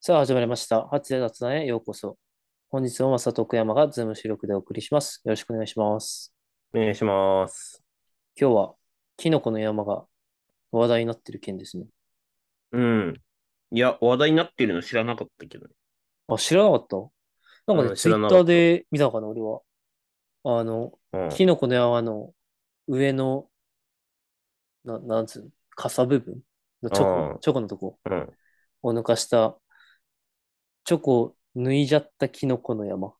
さあ、始まりました。八で雑談へようこそ。本日も正徳山がズーム収録でお送りします。よろしくお願いします。お願いします。今日は、キノコの山が話題になってる件ですね。うん。いや、話題になってるの知らなかったけどね。あ、知らなかったなんかうね、ん知ツイらッなタかーった。で見たかな、俺は。あの、うん。キノコの山の上の、な、なんつうの、傘部分のチョコ、あチョコのとこあ、うん。を抜かした、チョコを抜いじゃったキノコの山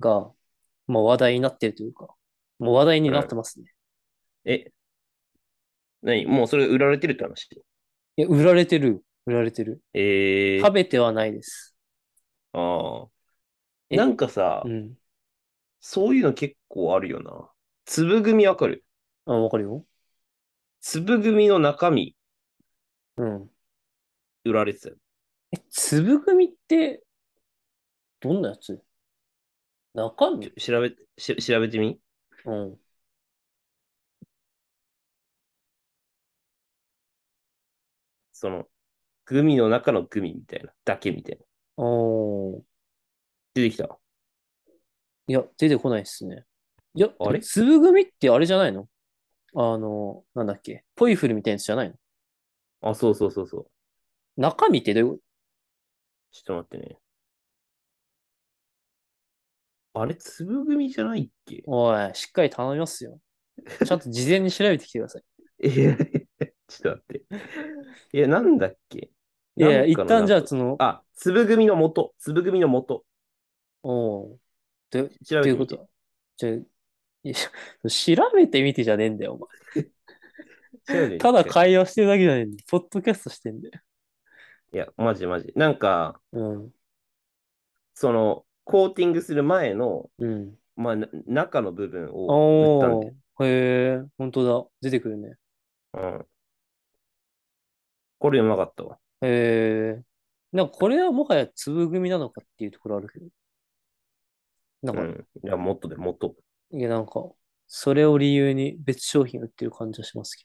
が、まあ話題になってるというか、もう話題にうなってん。ますね。え、何もうそれ売られてるって話いや、売られてるよ。売られてる。食ええべてはないです。ああ。なえ、んかうさ、ん。そういうの結構あるよな。粒組わかるあ、わかるよ。粒組の中身うん。売られてたよ。え、粒組ってどんなやつ中ちょ身調べ、し、調べてみうん。その、グミの中のグミみたいな。だけみたいな。おー。出てきた。いや、出てこないっすね。いや、であもれ粒組ってあれじゃないのあの、なんだっけ。ポイフルみたいなやつじゃないのあ、そうそうそうそう。中身ってどういうこちょっと待ってね。あれ、粒組じゃないっけとおい、しっかり頼みますよ。ちゃんと事前に調べてきてください。えちょっと待って。いや、なんだっけいや ないや、ん一かの旦じゃあ、中。その、あ、粒組の元。粒組の元。おー。ど、調どういべてうこみて。とじゃあ、いや、調べてみてじゃねえんだよ、お前。調べてみたて、だ一回。会話してるだけじゃないんだよ。ポッドキャストしてんだよ。いや、マジマジ。なんか、うん。その、コーティングする前の、うん。まあ、な中の部分を塗ったんだおよ。ー。へえ、本当だ。出てくるね。うん。これうまかったわ。へえ。なんかこれはもはや粒組なのかっていうところあるけど。なんうか、ん。いや、元で元。いやなんか、それを理由に別商品売ってる感じはしますけ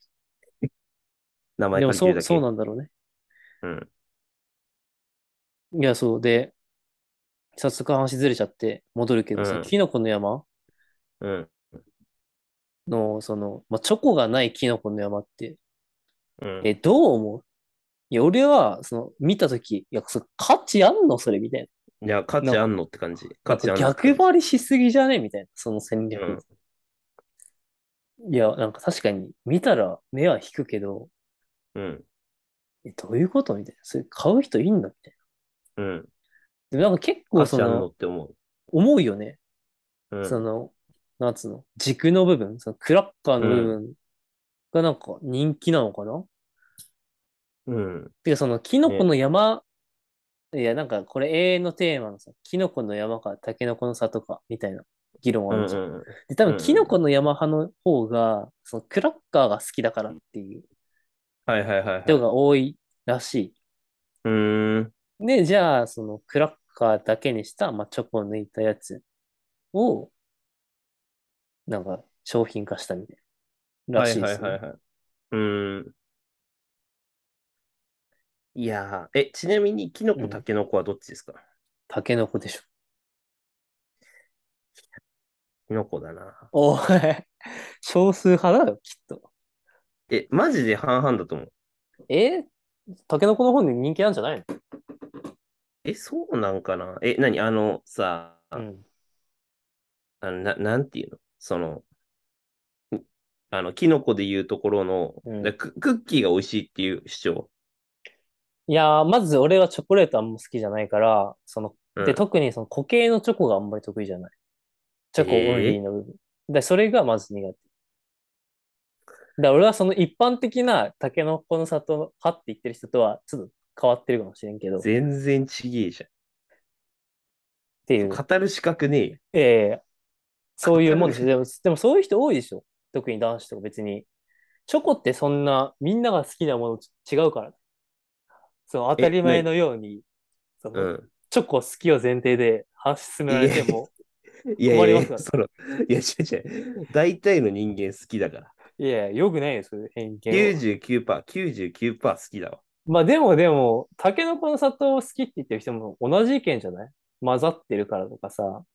名ど。前でも借りてそるう、そうなだけ。んだろうね。うん。いや、そうで、早速話ずれちゃって戻るけうど、そのん。キノコの山うん。の、その、まあ、チョコがないキノコの山って、うん。え、どう思ういや、俺は、その、見たとき、いや、それ価値あんのそれ、みたいいや、価な。なんか、値あんのって感じ。な価んか値あんのって逆感じ。張りしすぎじゃねみたいな、その戦う略。ん。いや、なんか確かに、見たら目は引くけど、うん。え、どういうことみたいな。それ買う人いいんだって。うん。でもなんか結構、価そ値あんのの、って思う。思うよね。うそん。の、なんつうの、軸の部分、そのクラッカーうの部ん。分がなんか人気なのかなうん。てか、その、キノコね。の山、いや、なんかこれ永遠のテーマのさ、キノコの山か、タケノコの里か、みたいな議論うあるんじうゃん。んうん。で、多う分、キノんうコん。の山派の方が、そのクラッカーが好きだからっていうはいはいはいは人い。が多いらしうーん。い。で、じゃあ、そのクラッカーだけにした、まあ、チョコを抜いたやつを、なんか、商品化したみたいな、らはしいいではいすはね。いはい。うーん。いやー、え、ちなみに、キノうコ、タん。ケノコはどっちですかタケノコでしょ。キノコだな。おい、少数派だよ、きっと。え、マジで半々だと思う。えタケノコの方に人気なんじゃないのえ、そうなんかなえ、なにあのさ、うあん。の、な、なんていうのその、うあの、キノコでいうところの、うだん。ク、クッキーが美味しいっていう主張。いやー、まず俺はチョコレートあんま好きじゃないから、その、うで、ん。特にその固形のチョコがあんまり得意じゃない。チョコオンリーえの部分。で、それがまず苦手。だから俺はその一般的なタケノコの里派って言ってる人とはちょっと変わってるかもしれんけど、っ全然ちげえじゃん。ていう、語る資格ねえよ。ええそういう語もんでしょ。る。でも、でもそういう人多いでしょ。特に男子とか別に。チョコってそんなみんなが好きなものち違うから。その当たえ、りな前にのように、そうの ん。チョコ好きを前提で話進めらいれやてもいや困りいやまいすや、からね。その、いや、違う違う。大体の人間好きだから。いや、よくないよ、そういう偏見は。 99%、99%好きだわ。まあでもでも、タケノコの里を好きって言ってる人も同じ意見じゃない混ざってるからとかさ、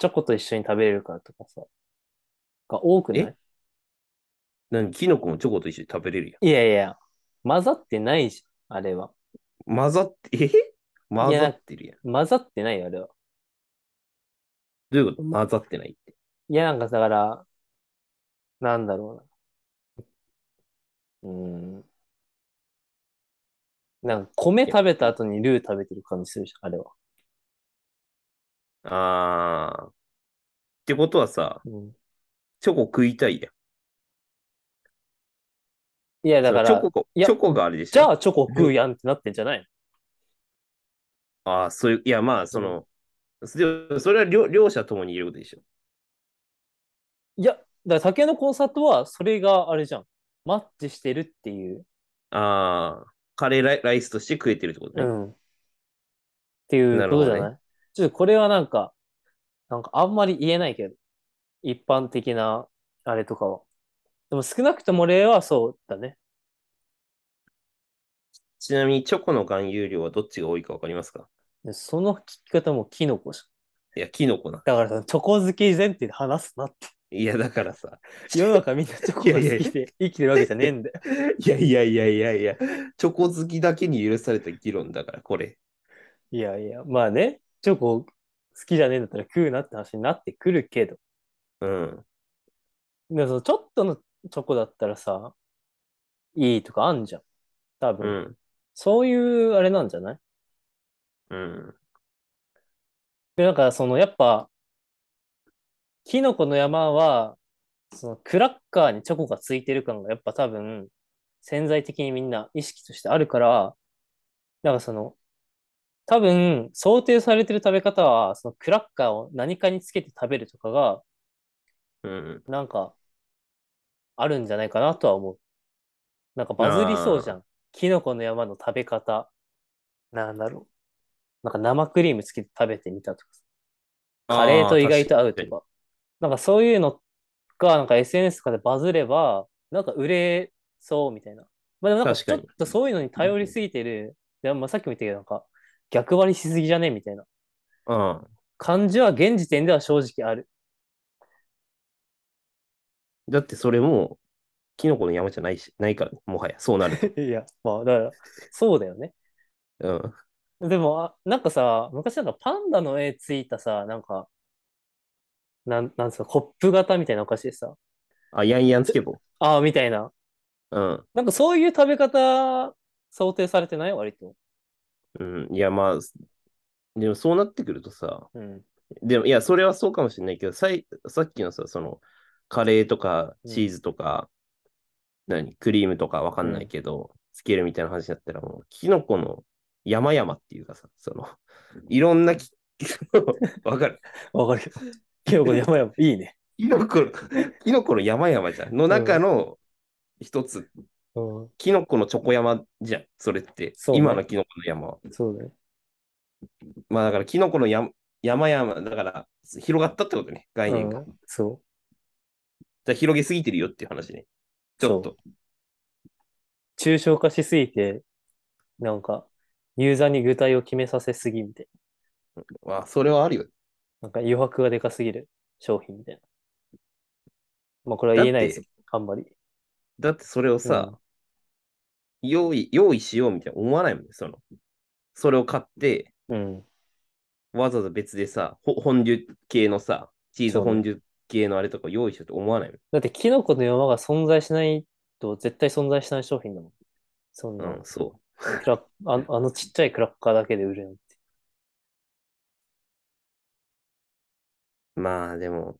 チョコと一緒に食べれるからとかさ、が多くない何キノコもチョコと一緒に食べれるやいやいや、混ざってないじゃん、あれは。ん。混ざって、 え混ざってるやん。混ざってないよ、あれは。どういうこと混ざってないって。いや、なんかだから、なんだろうな。うーん。なんか米食べた後にルー食べてる感じするじゃん、あれは。あー。ってことはさ、うん、チョコ食いたいやん。いや、だかチらョ、コいやチョコがあれでしょじゃあチョコ食うやんってなってんじゃないああ、そういう、いや、まあ、その、でもそれは両両者ともに言えることでしょ。いや、だから竹のコンサートはそれがあれじゃん。マッチしてるっていう。ああ、カレーライライスとして食えてるってことね。ん。っていうことじゃないなるほどちょっとこれはなんか、なんかあんまり言えないけど、一般的なあれとかは。でも少なくとも例はそうだね。ちなみに、チョコの含有量はどっちが多いかわかりますかその聞き方もキノコじいや、キノコな。ゃん。だからさ、チョコ好き前提で話すな って。いや、だからさ。世の中みんなチョコが好きで生きてるわけじゃねえんだよ。いやいやいやいや いや、チョコ好きだけに許された議論だから、これ。いやいや、まあね、チョコ好きじゃねえんだったら食うなって話になってくるけど。うん。でもそのちょっとのチョコだったらさ、いいとかあんじゃん。多う分、ん。そういうあれなんじゃないうん。で、なんかそのやっぱ、キノコの山は、そのクラッカーにチョコがついてる感がやっぱ多分、潜在的にみんな意識としてあるから、なんかその、多分、想定されてる食べ方は、そのクラッカーを何かにつけて食べるとかが、うん。なんか、あるんじゃないかなとは思う。なんかバズりそうじゃん。キノコの山の食べ方。なんだろう。なんか生クリームつけて食べてみたとかさ。カレーと意外と合うとか。なんかそういうのが、なんか SNS とかでバズれば、なんか売れそうみたいな。まあでもなんか確ちかょにっとそういうのに頼りすぎてる。でもまあさっきも言ったけど、なんか逆張りしすぎじゃねみたいなあー確かに感じは現時点では正直ある。うん。だってそれも、キノコの山じゃないし、ないから、ね、もはや、そうなる と。いや、まあだから、そうだよね。うん。でも、あなんかさ、昔なんかパンダの絵ついたさ、なんか、なん、なんすか、コップ型みたいなお菓子でさ、あ、ヤンヤンつけ棒。ああ、みたいな。うん。なんかそういう食べ方、想定されてない割と。うん、いや、まあ、でもそうなってくるとさ、うん。でも、いや、それはそうかもしれないけど、さい、さっきのさ、その、カレーとかうんチーズとか、何、クリームとかわかんないけど、つけるみたいな話だったら、もう、キノコの山々っていうかさ、その、いろんなき、 わかる。わかる けど。キノコの山々、いいね。キノコ、キノコの山々じゃん。の中の一つ、うん。キノコのチョコ山じゃん。それって、そうね今のキノコの山は。そうだね。まあだから、キノコの山山々、だから、広がったってことね、概念が。うじんそゃあ広げすぎてるよっていう話ね。ちょっと。う。抽象化しすぎて、なんか、ユーザーに具体を決めさせすぎみたいあ、それはあるよ。な。なんか余白がでかすぎる商品みたいな。まあこれは言えないですよ。あんまり。だってそれをさ、用意、用意しようみたいな思わないもんね、その。それを買って、うん、うん。わざわざ別でさ、ほ本流系のさ、チーズそうね本流系のあれとか用意しようと思わないもん。だって、キノコの山が存在しないと絶対存在しない商品だもん。そんな、うん、そクラッああのちっちゃいクラッカーだけで売るなんて。う。まあでも、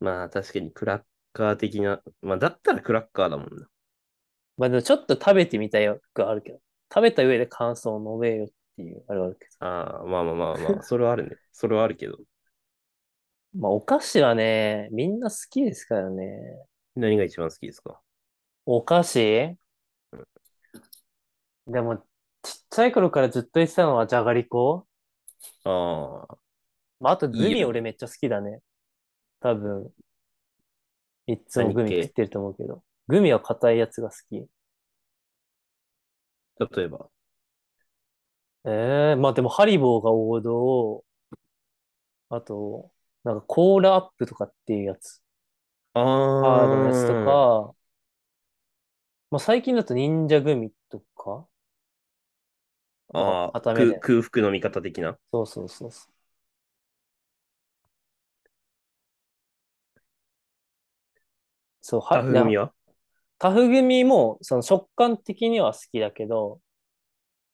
まあ確かにクラッカー的な、まあだったらクラッカーだもんな。まあでもちょっと食べてみたい欲があるけど、食べた上で感想を述べよっていうあれはあるけああ、まあまあまあ まあ、それはあるね。それはあるけど。ど。まあお菓子はね、みんな好きですからね。何が一番好きですかお菓子でも、ちっちゃい頃からずっと言ってたのはじゃがりこああ、まああとグいいミよ俺めっちゃ好きだね。多分、いっつもグミ何系食ってると思うけど。グミは硬いやつが好き。例えば。ええまあでもハリボーが王道、あと、なんかコーラアップとかっていうやつ、あハあードのやつとか、まあ最近だと忍者グミとか、ああ、固めで空空腹の味方的な。そうそうそうそう。そう、は、タフ組なはタフ組も、その食感的には好きだけど、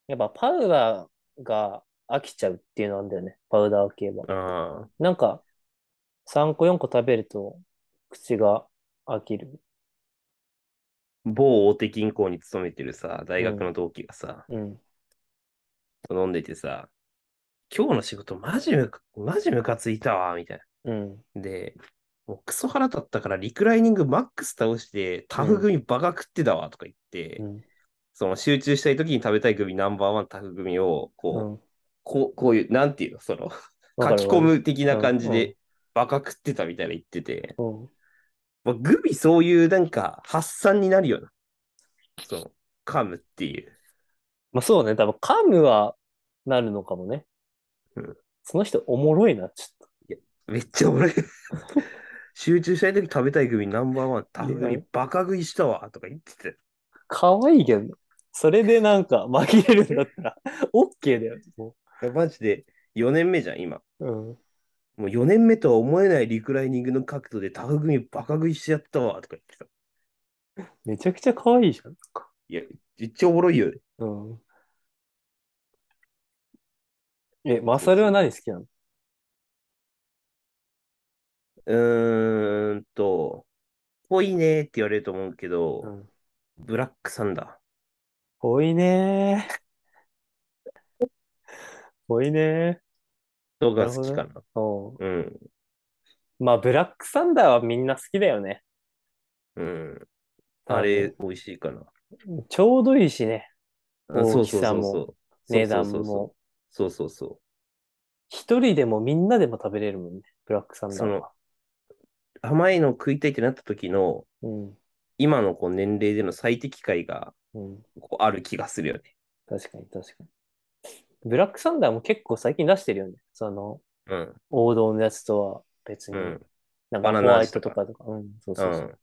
やっぱパウダーが飽きちゃうっていうのなんだよね、パウダー系は。ああ、なんか、3個4個食べると、口が飽きる。某大手銀行に勤めてるさ、大学の同期がさ、うん。飲んでてさ、今日の仕事マジむか、マジムカついたわ、みたいうん。な。で、もうクソ腹立ったからリクライニングマックス倒して、タフ組バカ食ってたわ、とか言って、うん。その集中したい時に食べたい組ナンバーワンタフ組を、こう、うん。こう、こういう、なんていうの、その、わ書かきる込わかる。む的な感じうんうんで、バカ食ってたみたいな言ってて、うん。まあ、グミそういうなんか発散になるよな。そう、噛むっていう。まあそうね、多分噛むはなるのかもねうん。その人おもろいな、ちょっと。めっち ゃ俺集中したい時食べたいグミナンバーワン、タフグいやミバカ食いしたわ、とか言ってて。可愛いけど、それでなんか紛れるんだったら、オッケーだよ。もいやマジで4年目じゃん、今。ううん。もう4年目とは思えないリクライニングの角度でタフグミバカ食いしちゃったわ、とか言ってた。めちゃくちゃ可愛いじゃん。いや、めっちゃおもろいよね。うん。え、マサルは何好きなのうーんと、ぽいねーって言われると思うけど、ん。ブラックサンダぽいねぽいねーとが好きかな。おううん。まあ、ブラックサンダーはみんな好きだよね。うん。あれ、美味しいかな。ちょうどいいしね。あそうそう大きさそうもそう。値段そうそうそうそうも。そうそうそ一人でもみんなでも食べれるもんね。ブラックサンダーは。う。甘いのを食いたいってなった時の、うん。今のこう年齢での最適解がうん。こうある気がするよね。確かに、確かに。ブラックサンダーも結構最近出してるよね。その、うん。王道のやつとは別に。うん。なんかバナホナワイ味トととかかとか。うん、そううそうそう。ん。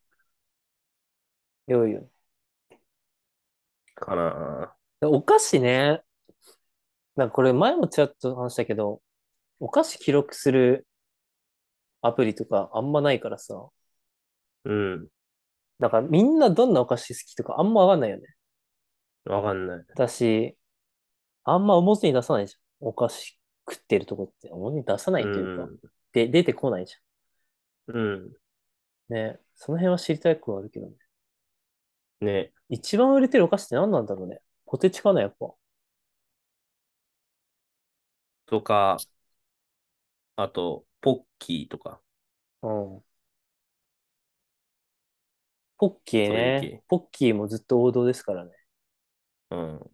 良いよね。かなお菓子ね。なんかこれ前もちらっと話したけど、お菓子記録するアプリとかあんまないからさ。うん。だからみんなどんなお菓子好きとかあんまわかんないよね。わかんない。私、あんま表に出さないじゃん。お菓子食ってるとこって表に出さないというか、で、出てこないじうん。ゃん。ね。その辺は知りたくはあるけどね。うん。ね。一番売れてるお菓子って何なんだろうね。ポテチかな、やっぱ。とか、あと、ポッキーとか。うん。ポッキーそれいけね。ポッキーもずっと王道ですからね。うん。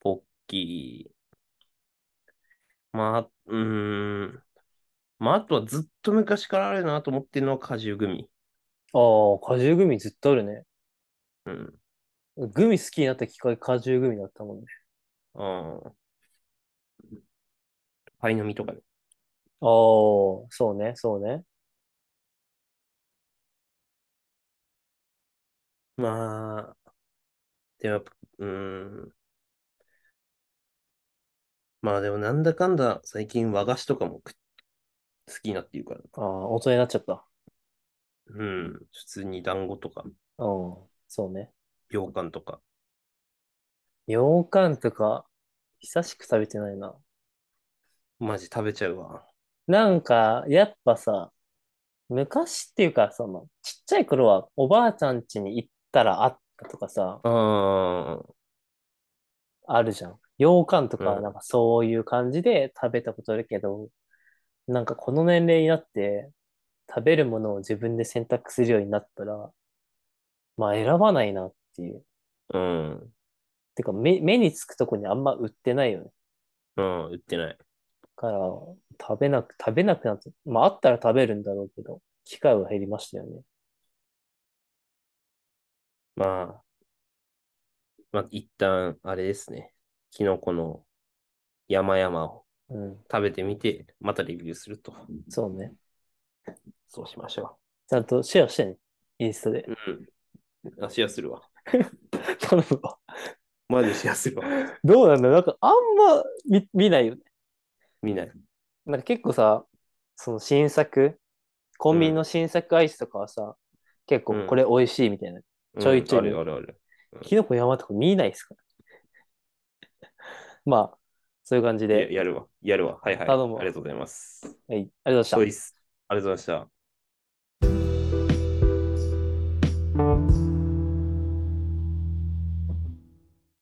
ポッキー。まあ、うーん。まあ、あとはずっと昔からあるなと思ってるのは果汁グミ。ああ、果汁グミずっとあるね。うん。グミ好きになったきっかけ果汁グミだったもんね。ああ。パイの実とかね。ああ、そうね、そうね。まあ、でもやっぱ、うーん。まあでもなんだかんだ最近和菓子とかもく好きになっていうから。ああ、大人になっちゃった。うん。普通に団子とか、うん、そうね。羊羹とか。羊羹とか、久しく食べてないな。マジ食べちゃうわ。なんか、やっぱさ、昔っていうか、その、ちっちゃい頃はおばあちゃん家に行ったらあったとかさ、ああ。あるじゃん。羊羹とか、うんなんかそういう感じで食べたことあるけど、なんかこの年齢になって、食べるものを自分で選択するようになったら、まあ選ばないなっていう。うん。てか目、目につくとこにあんま売ってないよね。うん、売ってない。から、食べなく、食べなくなって、まああったら食べるんだろうけど、機会は減りましたよね。まあ、まあ、一旦、あれですね。キノコの山々をうん。食べてみて、またレビューすると。そうね。そうしましょちゃんとシェアしてね。インスタで。う。うん。あ、シェアするわ。 頼むわ。マジでシェアするわ。どうなんだなんかあんま見見ないよね。 見 ない。なんか結構さ、その新作、コンビニの新作アイスとかはさ、結構これ美味しいみたいな。ちょいちょいうんあるあるある。キノコ山とか見ないですから。 まあ、そういう感じで。ややるわ。やるわ。はいはい。あどうもありがとうございます。はい、ありがとうございましたそう。です。ありがとうございました。